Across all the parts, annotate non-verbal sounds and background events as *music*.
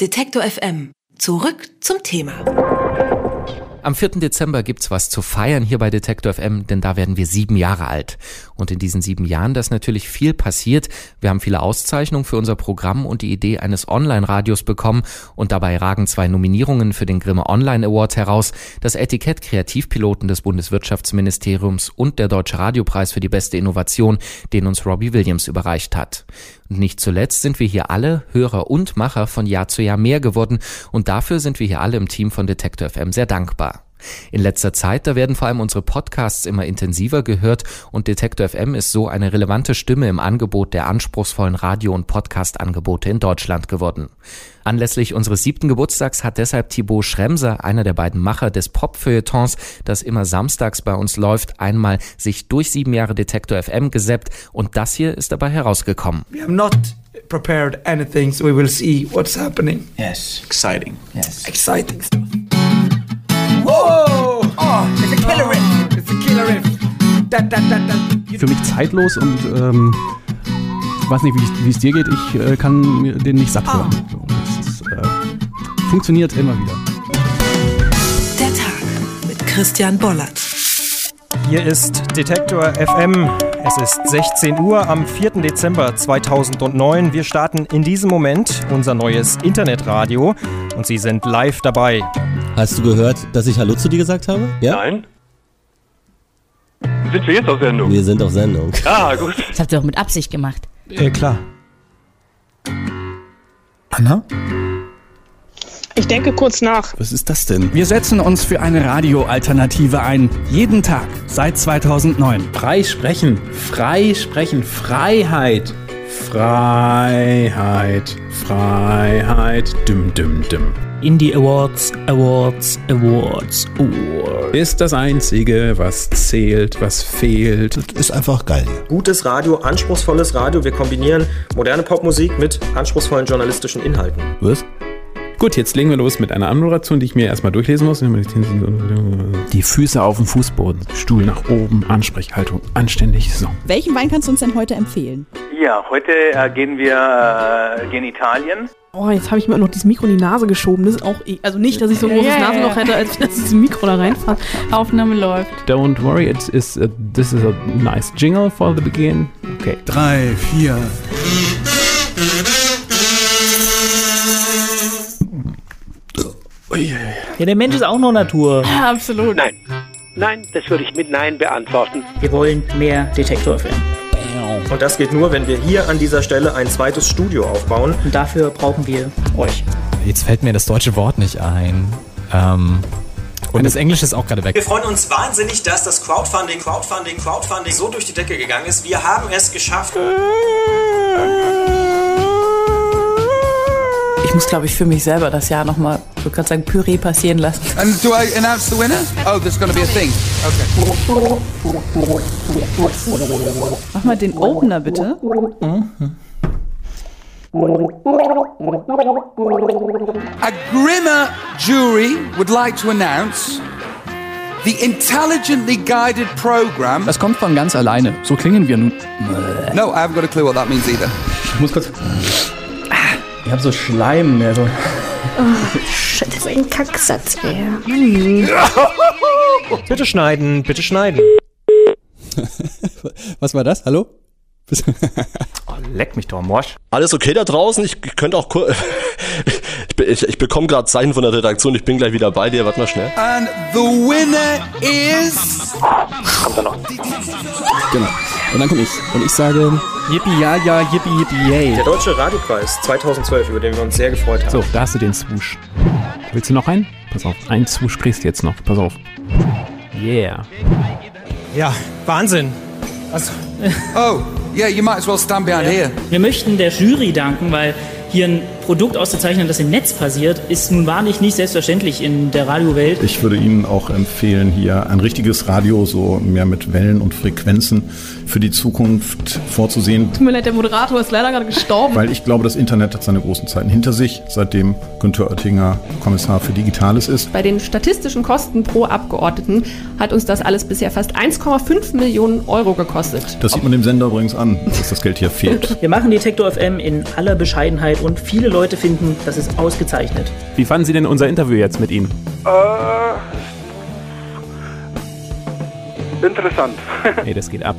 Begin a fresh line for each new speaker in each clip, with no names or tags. Detektor FM. Zurück zum Thema.
Am 4. Dezember gibt's was zu feiern hier bei Detektor FM, denn da werden wir sieben Jahre alt. Und in diesen sieben Jahren, da ist natürlich viel passiert. Wir haben viele Auszeichnungen für unser Programm und die Idee eines Online-Radios bekommen. Und dabei ragen zwei Nominierungen für den Grimme Online Award heraus. Das Etikett Kreativpiloten des Bundeswirtschaftsministeriums und der Deutsche Radiopreis für die beste Innovation, den uns Robbie Williams überreicht hat. Und nicht zuletzt sind wir hier alle Hörer und Macher von Jahr zu Jahr mehr geworden. Und dafür sind wir hier alle im Team von Detektor FM sehr dankbar. In letzter Zeit, da werden vor allem unsere Podcasts immer intensiver gehört und Detektor FM ist so eine relevante Stimme im Angebot der anspruchsvollen Radio- und Podcast-Angebote in Deutschland geworden. Anlässlich unseres siebten Geburtstags hat deshalb Thibaut Schremser, einer der beiden Macher des Pop-Feuilletons, das immer samstags bei uns läuft, einmal sich durch sieben Jahre Detektor FM gesäppt und das hier ist dabei herausgekommen.
We have not prepared anything, so we will see what's happening.
Yes.
Exciting.
Yes.
Exciting stuff. Whoa! Oh, it's a killer riff. It's a killer riff. Da, da, da, da.
für mich zeitlos und ähm, ich weiß nicht, wie es- wie es dir geht, ich äh, kann mir den nicht satt hören. So, das ist, äh, funktioniert immer wieder.
Der Tag mit Christian Bollert.
Hier ist Detektor FM. Es ist 16 Uhr am 4. Dezember 2009. Wir starten in diesem Moment unser neues Internetradio und Sie sind live dabei.
Hast du gehört, dass ich Hallo zu dir gesagt habe? Ja?
Nein? Sind wir jetzt auf Sendung?
Wir sind auf Sendung.
Ah, gut.
Das habt ihr doch mit Absicht gemacht.
Äh, klar.
Anna?
Ich denke kurz nach.
Was ist das denn? Wir setzen uns für eine Radioalternative ein. Jeden Tag seit 2009.
Frei sprechen, frei sprechen, Freiheit. Freiheit, Freiheit, düm, düm, düm.
Indie Awards, Awards, Awards, Awards.
Ist das Einzige, was zählt, was fehlt. ist einfach geil.
Gutes Radio, anspruchsvolles Radio. Wir kombinieren moderne Popmusik mit anspruchsvollen journalistischen Inhalten.
Was? Gut, jetzt legen wir los mit einer Anmoderation, die ich mir erstmal durchlesen muss. Die Füße auf dem Fußboden, Stuhl nach oben, Ansprechhaltung, anständig, so.
Welchen Wein kannst du uns denn heute empfehlen?
Ja, heute äh, gehen wir äh, gehen Italien.
Oh, jetzt habe ich mir auch noch dieses Mikro in die Nase geschoben. Das ist auch, eh- also nicht, dass ich so ein
Ja,
großes
ja, ja.
Nasenloch hätte, als dass dieses Mikro da reinfasst.
Aufnahme läuft.
Don't worry, it is a, this is a nice jingle for the begin. Okay.
Drei, vier.
Ja, der Mensch ist auch nur Natur.
absolut.
Nein. Nein, das würde ich mit Nein beantworten.
Wir wollen mehr Detektor FM.
Und das geht nur, wenn wir hier an dieser Stelle ein zweites Studio aufbauen. Und dafür brauchen wir euch.
Jetzt fällt mir das deutsche Wort nicht ein. Ähm, und das Englische ist auch gerade weg.
Wir freuen uns wahnsinnig, dass das Crowdfunding, Crowdfunding, Crowdfunding so durch die Decke gegangen ist. Wir haben es geschafft.
Ich muss, glaube ich, für mich selber das Jahr nochmal, ich würde gerade sagen, Püree passieren lassen.
And do I announce the winner? Oh, there's going to be a thing. Okay.
Mach mal den Opener bitte.
A Grimmer jury would like to announce the intelligently guided program.
Das kommt von ganz alleine. So klingen wir nun.
No, I haven't got a clue what that means either.
Ich muss kurz. Ich habe so Schleim mehr. So.
Shit, das ist ein Kacksatz,
Bitte schneiden, bitte schneiden.
Was war das? Hallo?
Leck mich doch, Morsch.
Alles okay da draußen? Ich könnte auch kur *laughs* Ich, be- ich, ich bekomme gerade Zeichen von der Redaktion, ich bin gleich wieder bei dir, warte mal schnell.
And the winner is.
Kommt da noch.
Genau. Und dann komme ich. Und ich sage, yippie, ja, ja, yippie, yippie, yay.
Der Deutsche Radiopreis 2012, über den wir uns sehr gefreut haben.
So, da hast du den Swoosh. Willst du noch einen? Pass auf, einen Swoosh kriegst du jetzt noch. Pass auf. Yeah.
Ja, Wahnsinn.
Also, oh, yeah, you might as well stand behind here.
Wir möchten der Jury danken, weil hier ein Produkt auszuzeichnen, das im Netz passiert, ist nun wahrlich nicht selbstverständlich in der Radiowelt.
Ich würde Ihnen auch empfehlen, hier ein richtiges Radio so mehr mit Wellen und Frequenzen für die Zukunft vorzusehen,
Tut mir leid, der Moderator ist leider gerade gestorben.
weil ich glaube, das Internet hat seine großen Zeiten hinter sich, seitdem Günther Oettinger Kommissar für Digitales ist.
Bei den statistischen Kosten pro Abgeordneten hat uns das alles bisher fast 1,5 Millionen Euro gekostet.
*laughs*
Das sieht man dem Sender übrigens an, dass das Geld hier fehlt.
Wir machen Detektor FM in aller Bescheidenheit und viele Leute Leute finden, das ist ausgezeichnet.
Wie fanden Sie denn unser Interview jetzt mit Ihnen?
Äh, interessant.
*laughs* Nee, das geht ab.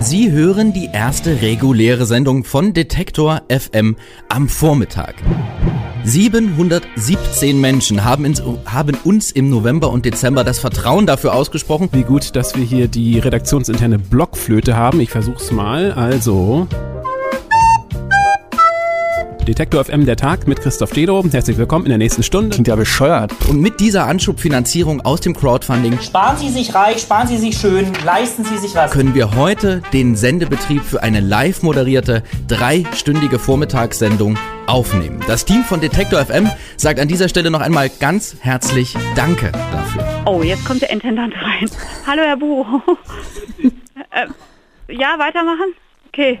Sie hören die erste reguläre Sendung von Detektor FM am Vormittag. 717 Menschen haben, ins, haben uns im November und Dezember das Vertrauen dafür ausgesprochen.
Wie gut, dass wir hier die redaktionsinterne Blockflöte haben. Ich versuch's mal. Also. Detektor FM der Tag mit Christoph Dedo. Herzlich willkommen in der nächsten Stunde. Klingt
ja bescheuert. Und mit dieser Anschubfinanzierung aus dem Crowdfunding
Sparen Sie sich reich, sparen Sie sich schön, leisten Sie sich was.
können wir heute den Sendebetrieb für eine live moderierte dreistündige Vormittagssendung aufnehmen. Das Team von Detektor FM sagt an dieser Stelle noch einmal ganz herzlich Danke dafür.
Oh, jetzt kommt der Intendant rein. Hallo, Herr Buro. *laughs* äh, ja, weitermachen? Okay.